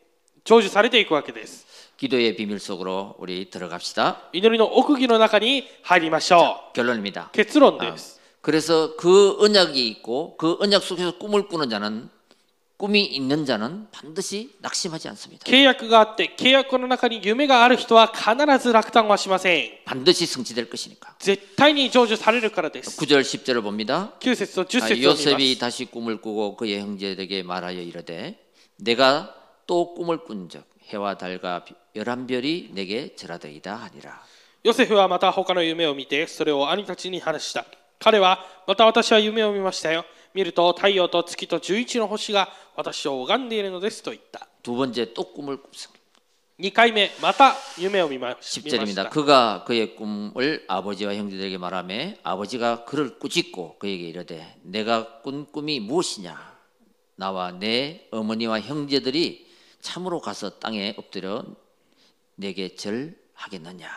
[SPEAKER 2] 成就されていくわけです
[SPEAKER 1] 기도의 비밀 속으로 우리 들어갑시다.
[SPEAKER 2] 祈りの奥義の中に入りましょ
[SPEAKER 1] 결론입니다.
[SPEAKER 2] う結論です
[SPEAKER 1] 그래서 그 언약이 있고 그 언약 속에서 꿈을 꾸는 자는 꿈이 있는 자는 반드시 낙심하지 않습니다.
[SPEAKER 2] 契約があって契約の中に夢がある人は必ず落胆はしません
[SPEAKER 1] 반드시 성취될 것이니까.
[SPEAKER 2] 絶対に成就されるからです
[SPEAKER 1] 9절 10절을 봅니다.
[SPEAKER 2] 9節と10
[SPEAKER 1] 아,
[SPEAKER 2] 節を見
[SPEAKER 1] 요셉이
[SPEAKER 2] ます
[SPEAKER 1] 다시 꿈을 꾸고 그의 형제에게 말하여 이르되 내가 또 꿈을 꾼적 해와 달과 열한 별이 내게 절하되이다 하니라.
[SPEAKER 2] ヨセフはまた他の夢を見てそれを兄たちに話した彼はまた私は夢を見ましたよ見ると太陽と月と11の星が私を拝んでいるのですと言った
[SPEAKER 1] 두 번째 또 꿈을 꿉니다.
[SPEAKER 2] 2回目また夢を見ま見まし
[SPEAKER 1] 10절입니다.
[SPEAKER 2] た
[SPEAKER 1] 그가 그의 꿈을 아버지와 형제들에게 말하며 아버지가 그를 꾸짖고 그에게 이르되 내가 꾼 꿈이 무엇이냐 나와 내 어머니와 형제들이 참으로 가서 땅에 엎드려 내게 절하겠느냐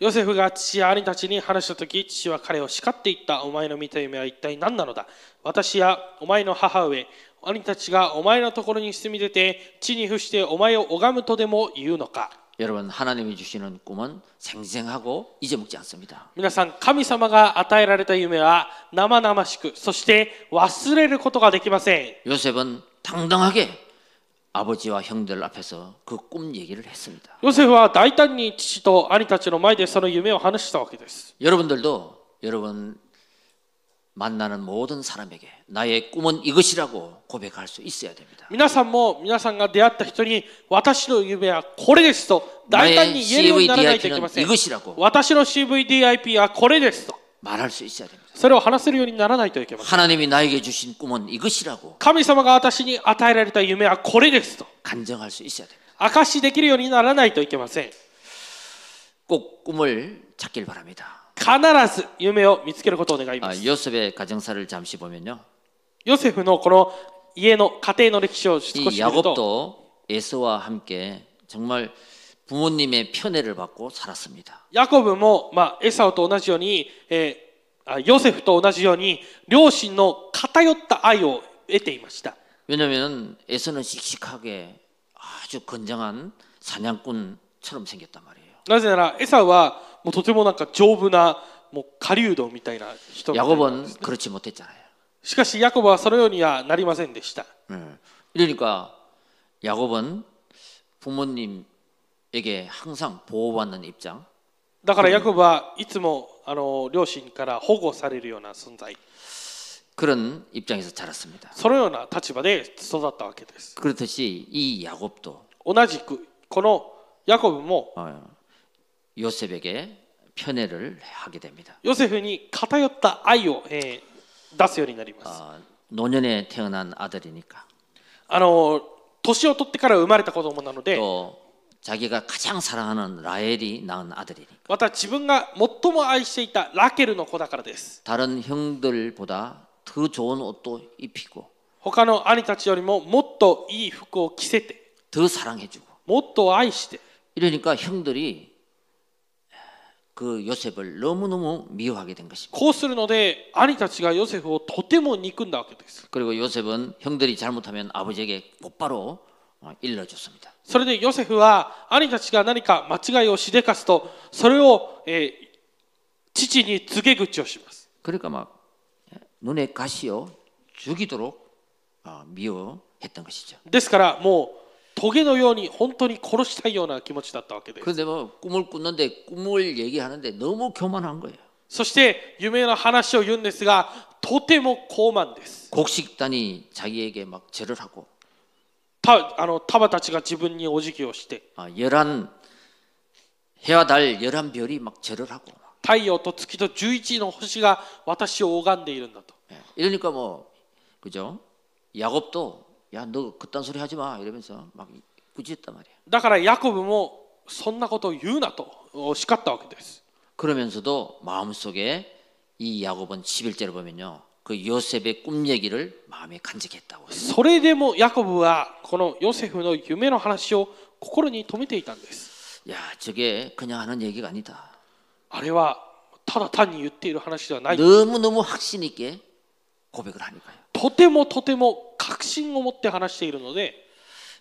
[SPEAKER 2] ヨセフが父や兄たちに話した時父は彼を叱っていったお前の見た夢は一体何なのだ私やお前の母上兄たちがお前のところに住み出て地に伏してお前を拝むとでも言うのか
[SPEAKER 1] 여러분 하나님이 주시는 꿈은 생생하고 잊어먹지 않습니다.
[SPEAKER 2] 皆さん神様が与えられた夢は生々しくそして忘れることができません
[SPEAKER 1] 요셉은 당당하게 아버지와 형제들 앞에서 그 꿈 얘기를 했습니다.
[SPEAKER 2] ヨセフは大胆に父と兄たちの前でその夢を話したわけです
[SPEAKER 1] 여러분들도 여러분 만나는 모든 사람에게 나의 꿈은 이것이라고 고백할 수 있어야 됩니다.
[SPEAKER 2] 皆さんも皆さんが出会った人に私の夢はこれですと大胆
[SPEAKER 1] 나의
[SPEAKER 2] に言えるようにならないといけ
[SPEAKER 1] CVDIP는
[SPEAKER 2] ません
[SPEAKER 1] 이것이라고
[SPEAKER 2] 私の CVDIP はこれですと
[SPEAKER 1] 말할 수 있어야 됩니다.
[SPEAKER 2] それを話せるようにならないといけません
[SPEAKER 1] 하나님이 나에게 주신 꿈은 이것이라고
[SPEAKER 2] 神様が私に与えられた夢はこれですと
[SPEAKER 1] 간증할 수 있어야 됩니다.
[SPEAKER 2] 証しできるようにならないといけません
[SPEAKER 1] 꼭 꿈을 찾길 바랍니다.
[SPEAKER 2] 必ず夢を見つけることを願い
[SPEAKER 1] 아,
[SPEAKER 2] ます
[SPEAKER 1] 요셉의 가정사를 잠시 보면요.
[SPEAKER 2] ヨセフのこの家の家庭の歴史を少し見
[SPEAKER 1] 이
[SPEAKER 2] ると
[SPEAKER 1] 야곱도 에서와 함께 정말 부모님의 편애를 받고 살았습니다.
[SPEAKER 2] ヤコブも、まあ、エサオと同じように、えーあヨセフと同じように両親の偏った愛を得ていました
[SPEAKER 1] 왜냐하면 에서는 씩씩하게 아주 건장한 사냥꾼처럼 생겼단 말이에요.
[SPEAKER 2] なぜならエサオはもうとてもなんか丈夫なもう狩人みたいな人みたいな
[SPEAKER 1] 야곱은 그렇지 못했잖아요.
[SPEAKER 2] しかしヤコブはそのようにはなりませんでした
[SPEAKER 1] 예. 이러니까 야곱은 부모님에게 항상 보호받는 입장.
[SPEAKER 2] だからヤコブはいつもあの両親から保護されるような存在
[SPEAKER 1] 그런 입장에서 자랐습니다.
[SPEAKER 2] そのような立場で育ったわけです
[SPEAKER 1] 그렇듯이 이 야곱도
[SPEAKER 2] 同じくこのヤコブも
[SPEAKER 1] 어, 요셉에게 편애를 하게 됩니다.
[SPEAKER 2] ヨセフに偏った愛を、えー出すようになります
[SPEAKER 1] 아, 노년에 태어난 아들이니까
[SPEAKER 2] あの年を取ってから生まれた子供なので
[SPEAKER 1] 또 자기가 가장 사랑하는 라헬이 낳은 아들이니 까
[SPEAKER 2] また自分が最も愛していたラケルの子だからです
[SPEAKER 1] 다른 형들보다 더 좋은 옷도 입히고
[SPEAKER 2] 他の兄たちよりももっといい服を着せて
[SPEAKER 1] 더 사랑해주고
[SPEAKER 2] もっと愛して
[SPEAKER 1] 이러니까 형들이 그 요셉을 너무너무 미워하게 된 것입니다.
[SPEAKER 2] こうするので兄たちがヨセフをとても憎んだわけです
[SPEAKER 1] 그리고 요셉은 형들이 잘못하면 아버지에게 곧바로 어, 일러줬습니다.
[SPEAKER 2] それでヨセフは兄たちが何か間違いをしでかすとそれを、えー父に告げ口をします
[SPEAKER 1] 그러니까 막 눈에 가시어 죽이도록 어, 미워했던 것이죠.
[SPEAKER 2] ですからもうトゲのように本当に殺したいような気持ちだったわけです
[SPEAKER 1] 그런데 뭐 꿈을 꾸는데 꿈을 얘기하는데 너무 교만한 거예요.
[SPEAKER 2] そして夢の話を言うんですがとても高慢です
[SPEAKER 1] 곡식단이 자기에게 막 죄를 하고
[SPEAKER 2] たあのタバたちが自分にお辞儀をして
[SPEAKER 1] 아 열한 해와 달 열한 별이 막 죄를 하고
[SPEAKER 2] 太陽と月と11の星が私を拝んでいるんだと
[SPEAKER 1] 예, 이러니까 뭐 그죠? 야곱도 야 너 그딴 소리 하지 마 이러면서 막 꾸짖었단 말이야.
[SPEAKER 2] だからヤコブもそんなことを言うなと叱ったわけです
[SPEAKER 1] 그러면서도 마음속에 이 야곱은 11절을 보면요. 그 요셉의 꿈 얘기를 마음에 간직했다고.
[SPEAKER 2] それでもヤコブはこのヨセフの夢の話を心に留めていたんです
[SPEAKER 1] 야, 저게 그냥 하는 얘기가 아니다.
[SPEAKER 2] あれはただ単に言っている話ではない
[SPEAKER 1] 너무너무 확신 있게 고백을 하니까요.
[SPEAKER 2] とてもとても確信を持って話しているので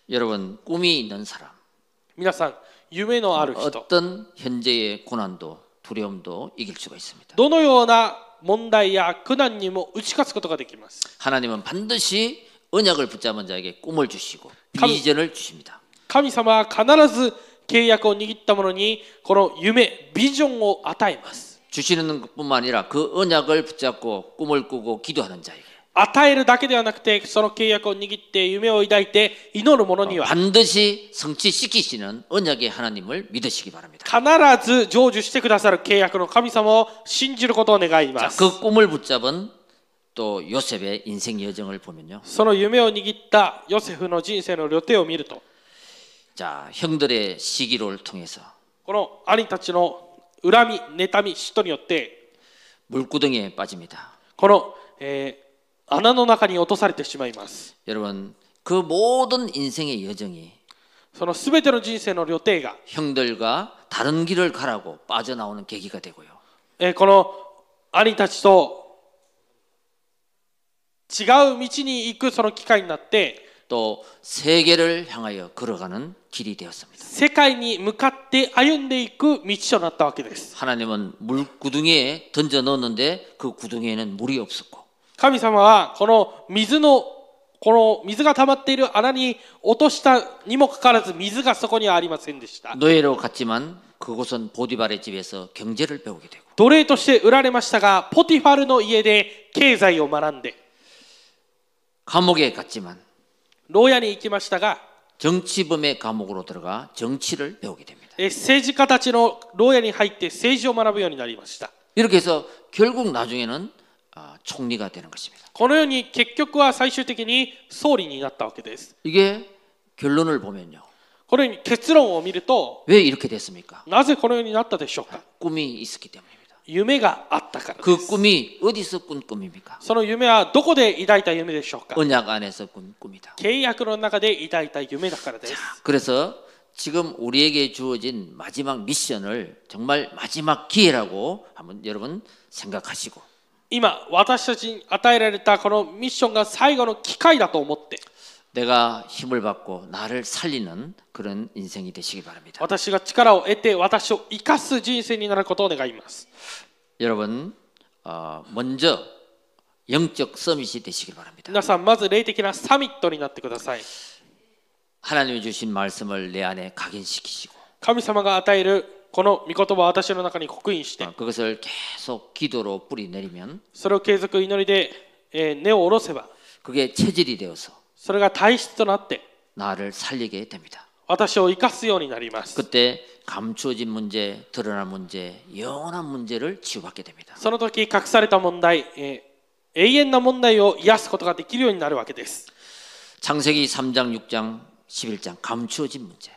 [SPEAKER 1] 여러분, 꿈이 있는 사람,
[SPEAKER 2] 皆さん夢のある人
[SPEAKER 1] 어떤 현재의 고난도 두려움도 이길 수가 있습니다.
[SPEAKER 2] どのような問題や苦難にも打ち勝つことができます
[SPEAKER 1] 하나님은 반드시 언약을 붙잡은 자에게 꿈을 주시고
[SPEAKER 2] 감-
[SPEAKER 1] 비전을 주십니다.
[SPEAKER 2] 神様は必ず契約を握った者にこの夢ビジョンを与えます
[SPEAKER 1] 주시는 것뿐만 아니라 그 언약을 붙잡고 꿈을 꾸고 기도하는 자에게
[SPEAKER 2] 与えるだけではなくてその契約を握って夢を抱いて祈る者には
[SPEAKER 1] 반드시 성취시키시는 언약의 하나님을 믿으시기 바랍니다.
[SPEAKER 2] 必ず成就してくださる契約の神様を信じることを願いま
[SPEAKER 1] 자,
[SPEAKER 2] す
[SPEAKER 1] 그 꿈을 붙잡은 또 요셉의 인생 여정을 보면요.
[SPEAKER 2] その夢を握ったヨセフの人生の旅程を見ると
[SPEAKER 1] 자, 형들의 시기로를 통해서
[SPEAKER 2] この兄たちの恨み妬み嫉妬によって
[SPEAKER 1] 물구덩이에 빠집니다.
[SPEAKER 2] この、えー穴の中に落とされてしまいます
[SPEAKER 1] 여러분, 그 모든 인생의 여정이
[SPEAKER 2] その全ての人生の旅程が、
[SPEAKER 1] 형들과 다른 길을 가라고 빠져나오는 계기가 되고요.
[SPEAKER 2] えーこの兄たちと違う道に行くその機会になって
[SPEAKER 1] 또 세계를 향하여 걸어가는 길이 되었습니다.
[SPEAKER 2] 世界に向かって歩んでいく道となったわけです
[SPEAKER 1] 하나님은 물구덩이에 던져 넣었는데 그 구덩이에는 물이 없었고
[SPEAKER 2] 神様はこの水のこの水が溜まっている穴に落としたにもかかわらず水がそこにはありませんでした
[SPEAKER 1] 노예로 갔지만 그곳은 보디발의 집에서 경제를 배우게 되고
[SPEAKER 2] 奴隷として売られましたがポティファルの家で経済を学んで
[SPEAKER 1] 감옥에 갔지만
[SPEAKER 2] 牢屋に行きましたが
[SPEAKER 1] 정치범의 감옥으로 들어가 정치를 배우게 됩니다.
[SPEAKER 2] えー政治家たちの牢屋に入って政治を学ぶようになりました
[SPEAKER 1] 이렇게 해서 결국 나중에는 아, 총리가 되는 것입니다.
[SPEAKER 2] このように結局は最終的に総理になったわけです
[SPEAKER 1] 이게 결론을 보면요.
[SPEAKER 2] このように結論を見ると
[SPEAKER 1] 왜 이렇게 됐습니까?
[SPEAKER 2] なぜこのようになったでしょうか
[SPEAKER 1] 꿈이 있었기 때문입니다.
[SPEAKER 2] 夢があったからで
[SPEAKER 1] 그
[SPEAKER 2] す
[SPEAKER 1] 꿈이 어디서 꾼 꿈입니까?
[SPEAKER 2] その夢はどこで抱いた夢でしょうか
[SPEAKER 1] 언약 안에서 꾼 꿈이다.
[SPEAKER 2] 契約の中で抱いた夢だからです
[SPEAKER 1] 그래서 지금 우리에게 주어진 마지막 미션을 정말 마지막 기회라고 한번 여러분 생각하시고
[SPEAKER 2] 今私たちに与えられたこのミッションが最後の機会だと思って
[SPEAKER 1] 내가 힘을 받고 나를 살리는 그런 인생이 되시기 바랍니다.
[SPEAKER 2] 私が力を得て私を生かす人生になることを願います
[SPEAKER 1] 여러분 어, 먼저 영적 서밋이 되시길 바랍니다.
[SPEAKER 2] 皆さんまず霊的なサミットになってください
[SPEAKER 1] 하나님이 주신 말씀을 내 안에 각인시키시고 어,
[SPEAKER 2] 神様が与えるこの御言葉を私の中に刻印して
[SPEAKER 1] 어, 그것을 계속 기도로 뿌리 내리면
[SPEAKER 2] それを継続祈りで、えー根を下ろせば
[SPEAKER 1] 그게 체질이 되어서
[SPEAKER 2] それが体質となって
[SPEAKER 1] 나를 살리게 됩니다.
[SPEAKER 2] 私を生かすようになります
[SPEAKER 1] 그때 감추어진 문제, 드러난 문제, 영원한 문제를 치유받게 됩니다.
[SPEAKER 2] その時隠された問題、えー永遠な問題を癒すことができるようになるわけです
[SPEAKER 1] 창세기 3장, 6장, 11장 감추어진 문제.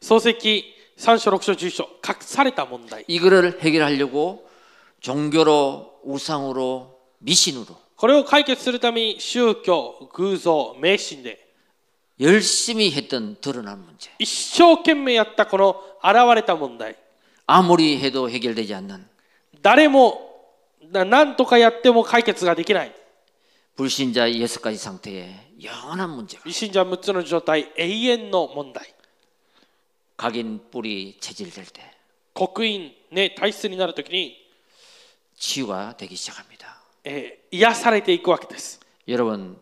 [SPEAKER 2] 創世記3章6章10章隠された問題
[SPEAKER 1] 이거를 해결하려고 종교로, 우상으로, 미신으로
[SPEAKER 2] これを解決するために宗教偶像迷信で
[SPEAKER 1] 열심히 했던 드러난 문제.
[SPEAKER 2] 一生懸命やったこの現れた問題
[SPEAKER 1] 아무리 해도 해결되지 않는
[SPEAKER 2] 誰もな何とかやっても解決ができない
[SPEAKER 1] 불신자 여섯 가지 상태의 영원한 문제가
[SPEAKER 2] 一信者6つの状態永遠の問題
[SPEAKER 1] 각인 뿌리 체질될 때
[SPEAKER 2] 刻印ね体質になるときに、
[SPEAKER 1] 치유가 되기 시작합니다.
[SPEAKER 2] えー癒されていくわけです
[SPEAKER 1] 여러분,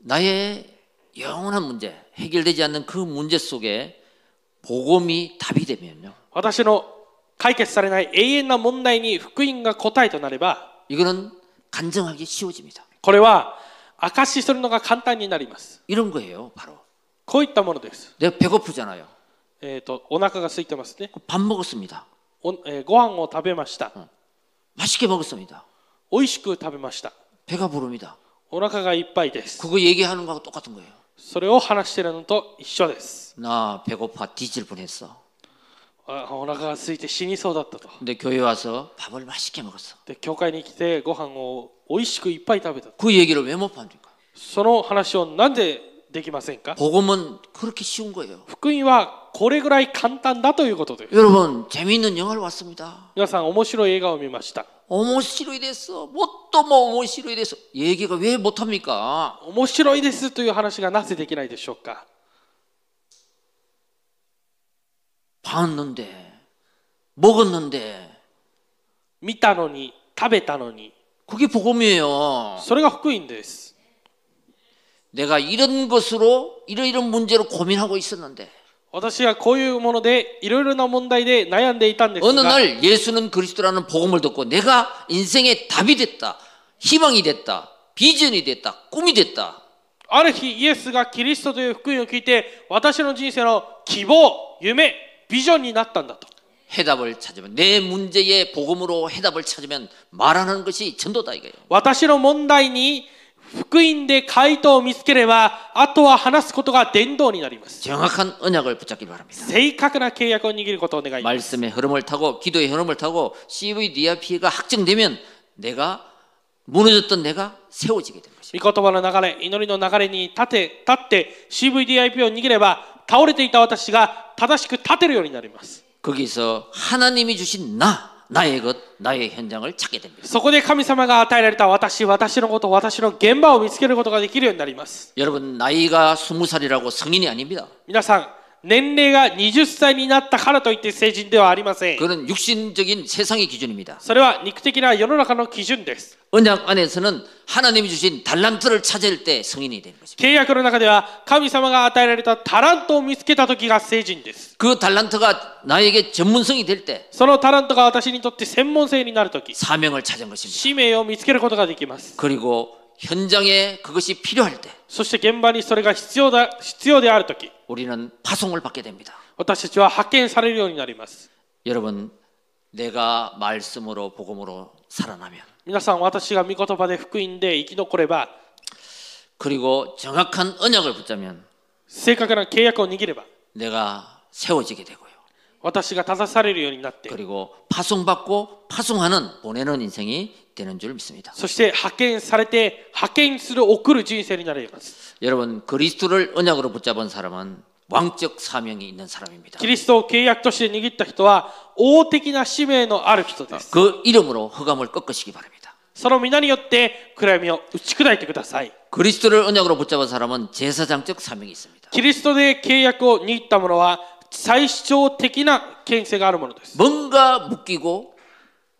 [SPEAKER 1] 나의 영원한 문제, 해결되지 않는 그 문제 속에 복음이 답이 되면요.
[SPEAKER 2] 私の解決されない永遠な問題に福音が答えとなれば
[SPEAKER 1] 이거는 간증하기 쉬워집니다.
[SPEAKER 2] これは証しするのが簡単になります
[SPEAKER 1] 이런 거예요, 바로.
[SPEAKER 2] こういったものです、
[SPEAKER 1] 내가 배고프잖아요.
[SPEAKER 2] えー、とお腹が空いてますね
[SPEAKER 1] 밥 먹었습니다.
[SPEAKER 2] おえーご飯を食べました、
[SPEAKER 1] 맛있게 먹었습니다.
[SPEAKER 2] 美味しく食べました
[SPEAKER 1] 배가 부릅니다.
[SPEAKER 2] お腹がいっぱいです。
[SPEAKER 1] 그거 얘기하는 거하고 똑같은 거예요.
[SPEAKER 2] それを話してるのと一緒です。
[SPEAKER 1] 나 배고파 뒤질 뻔했어.
[SPEAKER 2] あお腹が空いて死にそうだったと。
[SPEAKER 1] 근데 교회 와서 밥을 맛있게 먹었어.
[SPEAKER 2] で、教会に来てご飯を美味しくいっぱい食べた。
[SPEAKER 1] 그 얘기를 왜 못 합니까?
[SPEAKER 2] その話をなんでできませんか
[SPEAKER 1] 복음은 그렇게 쉬운 거예요.
[SPEAKER 2] 福音はこれぐらい簡単だということです。
[SPEAKER 1] 여러분 재미있는 영화를 왔습니다.
[SPEAKER 2] 皆さん、面白い映画を見ました。
[SPEAKER 1] 오모시로이 됐어. 뭣도 뭐 오모시로이 됐어. 얘기가 왜 못 합니까?
[SPEAKER 2] 面白いですという話がなぜできないでしょうか
[SPEAKER 1] 봤는데 먹었는데
[SPEAKER 2] 見たのに、食べたのに。
[SPEAKER 1] 그게 복음이에요.
[SPEAKER 2] それが福音です。
[SPEAKER 1] 내가 이런 것으로 이런 이런 문제로 고민하고 있었는데
[SPEAKER 2] 私はこういうもので、いろいろな問題で悩んでいたんです
[SPEAKER 1] 어느
[SPEAKER 2] が、
[SPEAKER 1] 날 예수는 그리스도라는 복음을 듣고 내가 인생의 답이 됐다. 희망이 됐다. 비전이 됐다. 꿈이 됐다.
[SPEAKER 2] ある日イエスがキリストという福音を聞いて私の人生の希望夢ビジョンになったんだと
[SPEAKER 1] 해답을 찾으면 내 문제의 복음으로 해답을 찾으면 말하는 것이 전도다 이거예요.
[SPEAKER 2] 私の問題に福音で回答を見つければあとは話すことが伝道になります
[SPEAKER 1] 정확한 언약을 붙잡길 바랍니다.
[SPEAKER 2] 正確な契約を握ることをお願い
[SPEAKER 1] 말씀의 흐름을 타고 기도의 흐름을 타고 CV 리아피가 확정되면 내가 무너졌던 내가 세워지게 된 것입니다.
[SPEAKER 2] 御言葉の流れ祈りの流れに立て立って CVDIP を握れば倒れていた私が正しく立てるようになります
[SPEAKER 1] 거기서 하나님이 주신 나, 나의 것, 나의 현장을 찾게 됩니다.
[SPEAKER 2] そこで神様が与えられた私私のこと私の現場を見つけることができるようになります
[SPEAKER 1] 여러분 나이가 스무 살이라고 성인이 아닙니다.
[SPEAKER 2] 皆さん、年齢が20歳になったからといって成人ではありません。
[SPEAKER 1] 그는 육신적인 세상의 기준입니다.
[SPEAKER 2] それは肉的な世の中の基準です。
[SPEAKER 1] 언약 안에서는 하나님이 주신 달란트를 찾을 때 성인이 되는 것입니다.
[SPEAKER 2] 契約の中では神様が与えられたタラントを見つけた時が成人です。
[SPEAKER 1] 그 달란트가 나에게 전문성이 될 때
[SPEAKER 2] そのタラントが私にとって専門性になる時、
[SPEAKER 1] 사명을 찾은 것입니다.
[SPEAKER 2] 使命を見つけることができます。
[SPEAKER 1] 그리고 현장에 그것이 필요할 때
[SPEAKER 2] そして現場にそれが必要だ必要である時、
[SPEAKER 1] 우리는 파송을 받게 됩니다.
[SPEAKER 2] 私たちは派遣されるようになります。
[SPEAKER 1] 여러분 내가 말씀으로 복음으로 살아나면
[SPEAKER 2] 皆さん、私が御言葉で福音で生き残れば、
[SPEAKER 1] 그리고 정확한 언약을 붙자면
[SPEAKER 2] 正確な契約を握れば、
[SPEAKER 1] 내가 세워지게 되고요.
[SPEAKER 2] 私が正されるようになって、
[SPEAKER 1] 그리고 파송받고 파송하는 보내는 인생이 되는 줄 믿습니다.
[SPEAKER 2] そして派遣されて派遣する送る人生になります。
[SPEAKER 1] 여러분 그리스도를 언약으로 붙잡은 사람은 왕적 사명이 있는 사람입니다.
[SPEAKER 2] キリストを契約として握った人は王的な使命のある人です。
[SPEAKER 1] 그 이름으로 허감을 꺾으시기 바랍니다.
[SPEAKER 2] その皆によって暗闇を打ち砕いてください。
[SPEAKER 1] 그리스도를 언약으로 붙잡은 사람은 제사장적 사명이 있습니다.
[SPEAKER 2] キリストで契約を握った者は最小的な権勢があるものです。
[SPEAKER 1] 뭔가 묶이고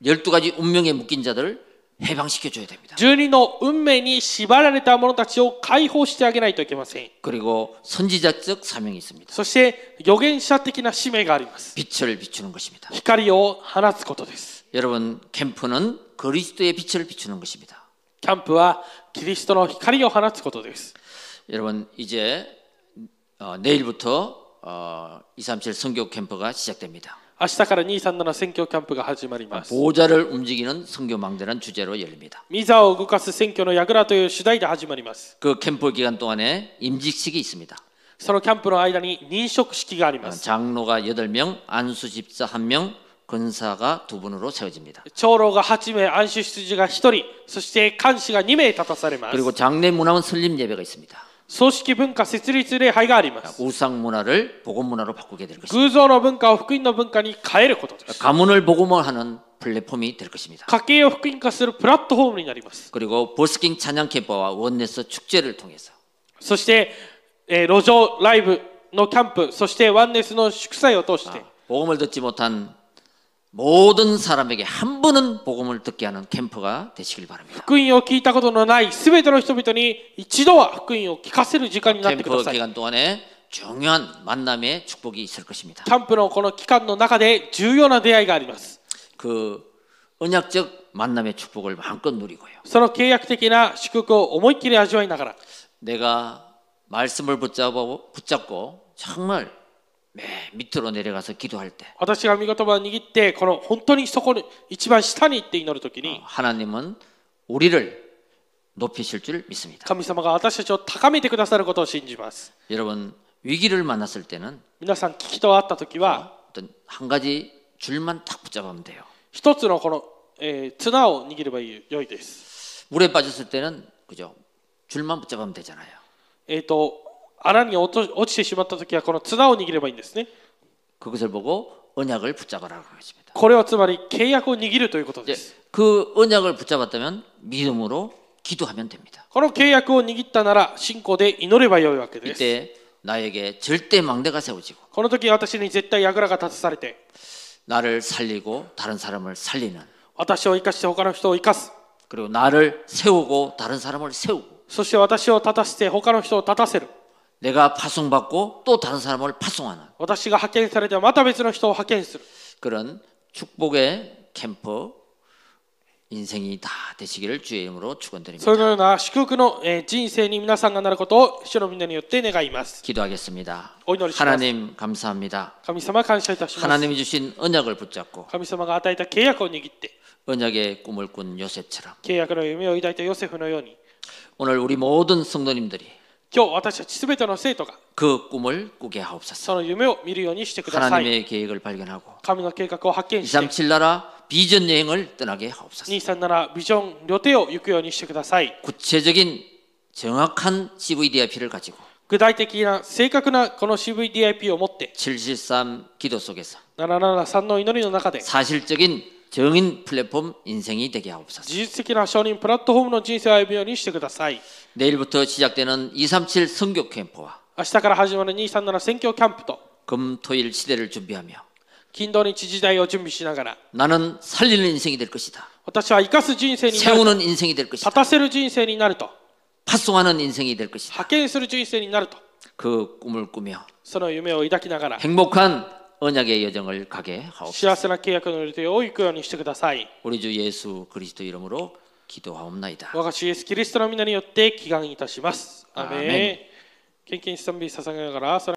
[SPEAKER 1] 12가지 운명에 묶인 자들을 해방시켜 줘야 됩니다.
[SPEAKER 2] 十二の運命に縛られた者たちを解放してあげないといけません。
[SPEAKER 1] 그리고 선지자적 사명이 있습니다.
[SPEAKER 2] そして預言者的な使命があります。
[SPEAKER 1] 빛을 비추는 것입니다.
[SPEAKER 2] 光を放つことです。
[SPEAKER 1] 여러분 캠프는 그리스도의 빛을 비추는 것입니다.
[SPEAKER 2] キャンプはキリストの光を放つことです。
[SPEAKER 1] 여러분 이제 어, 내일부터 어, 237 성교 캠프가 시작됩니다.
[SPEAKER 2] 明日から237選挙キャンプが始まります。
[SPEAKER 1] 보좌를 움직이는 성교 망대란 주제로 열립니다.
[SPEAKER 2] ミザを動かす選挙の櫓という主題で始まります。
[SPEAKER 1] 그 캠프 기간 동안에 임직식이 있습니다.
[SPEAKER 2] そのキャンプの間に認職式があります。
[SPEAKER 1] 장로가 8명, 안수 집사 1명, 근사가 2분으로 세워집니다.
[SPEAKER 2] 長老が8名、暗守執事が1人、そして監視が2名立たされます。
[SPEAKER 1] 그리고 장례 문화원 설립 예배가 있습니다.
[SPEAKER 2] 葬式文化設立礼拝があります。
[SPEAKER 1] 우상 문화를 복음 문화로 바꾸게 될 것입니다.
[SPEAKER 2] 偶像の文化を福音の文化に変えることです。
[SPEAKER 1] 가문을 복음을 하는 플랫폼이 될 것입니다.
[SPEAKER 2] 家計を福音化するプラットフォームになります。
[SPEAKER 1] 그리고 버스킹 찬양 캠프와 원네스 축제를 통해서
[SPEAKER 2] そして、えー路上ライブのキャンプ、そしてワンネスの祝祭を通して、
[SPEAKER 1] 복음을 듣지 못한 모든 사람에게 한 번은 복음을 듣게 하는 캠프가 되시길 바랍니다.
[SPEAKER 2] 福音を聞いたことのない全ての人々に一度は福音を聞かせる時間になってくだ
[SPEAKER 1] 캠프
[SPEAKER 2] さい。
[SPEAKER 1] 기간 동안에 중요한 만남의 축복이 있을 것입니다.
[SPEAKER 2] キャンプのこの期間の中で重要な出会いがあります。
[SPEAKER 1] 그 언약적 만남의 축복을 마음껏 누리고요.
[SPEAKER 2] その契約的な祝福を思いっきり味わいながら、
[SPEAKER 1] 내가 말씀을 붙잡고, 붙잡고 정말 맨 밑으로 내려가서 기도할 때
[SPEAKER 2] 私が御言葉を握って、この本当にそこに一番下に行って祈るとき
[SPEAKER 1] 어,
[SPEAKER 2] に、
[SPEAKER 1] 하나님은 우리를 높이실 줄 믿습니다.
[SPEAKER 2] 神様が私たちを高めてくださることを信じます。
[SPEAKER 1] 여러분 위기를 만났을 때는
[SPEAKER 2] 皆さん、危機と会ったときは、
[SPEAKER 1] 어떤 한 가지 줄만 딱 붙잡으면 돼요.
[SPEAKER 2] 一つのこの、えー綱を握ればいい良いです。
[SPEAKER 1] 물에 빠졌을 때는 그죠 줄만 붙잡으면 되잖아요.
[SPEAKER 2] えっ、と、穴に落と落ちてしまったときは、この綱を握ればいいんですね。
[SPEAKER 1] 그것을 보고 언약을 붙잡으라고 하십니다.
[SPEAKER 2] これはつまり契約を握るということで
[SPEAKER 1] 이제
[SPEAKER 2] す。
[SPEAKER 1] 그 언약을 붙잡았다면 믿음으로 기도하면 됩니다.
[SPEAKER 2] この契約を握ったなら、信仰で祈ればよいわけです。
[SPEAKER 1] 이때 나에게 절대 망대가 세워지고
[SPEAKER 2] この時私に絶対櫓が立たされて
[SPEAKER 1] 나를 살리고 다른 사람을 살리는
[SPEAKER 2] 私を生かして他の人を生かす
[SPEAKER 1] 그리고 나를 세우고 다른 사람을 세우고
[SPEAKER 2] そして私を立たせて他の人を立たせる
[SPEAKER 1] 내가 파송받고 또 다른 사람을 파송하는
[SPEAKER 2] 私が派遣されてはまた別の人を派遣する
[SPEAKER 1] 그런 축복의 캠퍼 인생이 다 되시기를 주의 이름으로 축원드립니다.
[SPEAKER 2] そのような祝福のえー人生に皆さんがなることを主の皆によって願います
[SPEAKER 1] 기도하겠습니다.
[SPEAKER 2] 오, 이 노래 신나서.
[SPEAKER 1] 하나님 감사합니다.
[SPEAKER 2] 神様感謝いたします
[SPEAKER 1] 하나님이 주신 언약을 붙잡고
[SPEAKER 2] 神様が与えた契約を握って
[SPEAKER 1] 언약의 꿈을 꾼 요셉처럼
[SPEAKER 2] 契約の夢を抱いたヨセフのように
[SPEAKER 1] 오늘 우리 모든 성도님들이
[SPEAKER 2] 今日私たち全ての生徒が
[SPEAKER 1] 그 꿈을 꾸게 하옵소서.
[SPEAKER 2] その夢を見るようにしてください
[SPEAKER 1] 하나님의 계획을 발견하고
[SPEAKER 2] 神の計画を発見して
[SPEAKER 1] 237 나라 비전 여행을 떠나게 하옵소서.
[SPEAKER 2] 237ビジョン旅程を行くようにしてください
[SPEAKER 1] 구체적인 정확한 CVDIP를 가지고
[SPEAKER 2] 具体的な正確なこの CVDIP を持って
[SPEAKER 1] 773 기도 속에서
[SPEAKER 2] 773の祈りの中で
[SPEAKER 1] 사실적인 정인 플랫폼 인생이 되게 하옵소서.
[SPEAKER 2] 事実的な承認プラットフォームの人生を歩むようにしてください
[SPEAKER 1] 내일부터 시작되는 237 성교 캠프와
[SPEAKER 2] 明日から始まる237選挙キャンプと
[SPEAKER 1] 금토일 시대를 준비하며
[SPEAKER 2] 金土日時代を準備しながら
[SPEAKER 1] 나는 살리는 인생이 될 것이다.
[SPEAKER 2] 私は生かす人生になる
[SPEAKER 1] 세우는 인생이 될 것이다.
[SPEAKER 2] 立たせる人生になると
[SPEAKER 1] 파송하는 인생이 될 것이다.
[SPEAKER 2] 派遣する人生になると
[SPEAKER 1] 그 꿈을 꾸며
[SPEAKER 2] その夢を抱きながら
[SPEAKER 1] 행복한 언약의 여정을 가게 하옵소서.
[SPEAKER 2] 幸せな契約の予定を行くようにしてください
[SPEAKER 1] 우리 주 예수 그리스도 이름으로 기도하옵나이다.
[SPEAKER 2] 我が主イエスキリストの皆によって祈願いたしますア
[SPEAKER 1] アー
[SPEAKER 2] メ
[SPEAKER 1] メ
[SPEAKER 2] ン献金賛美捧げながら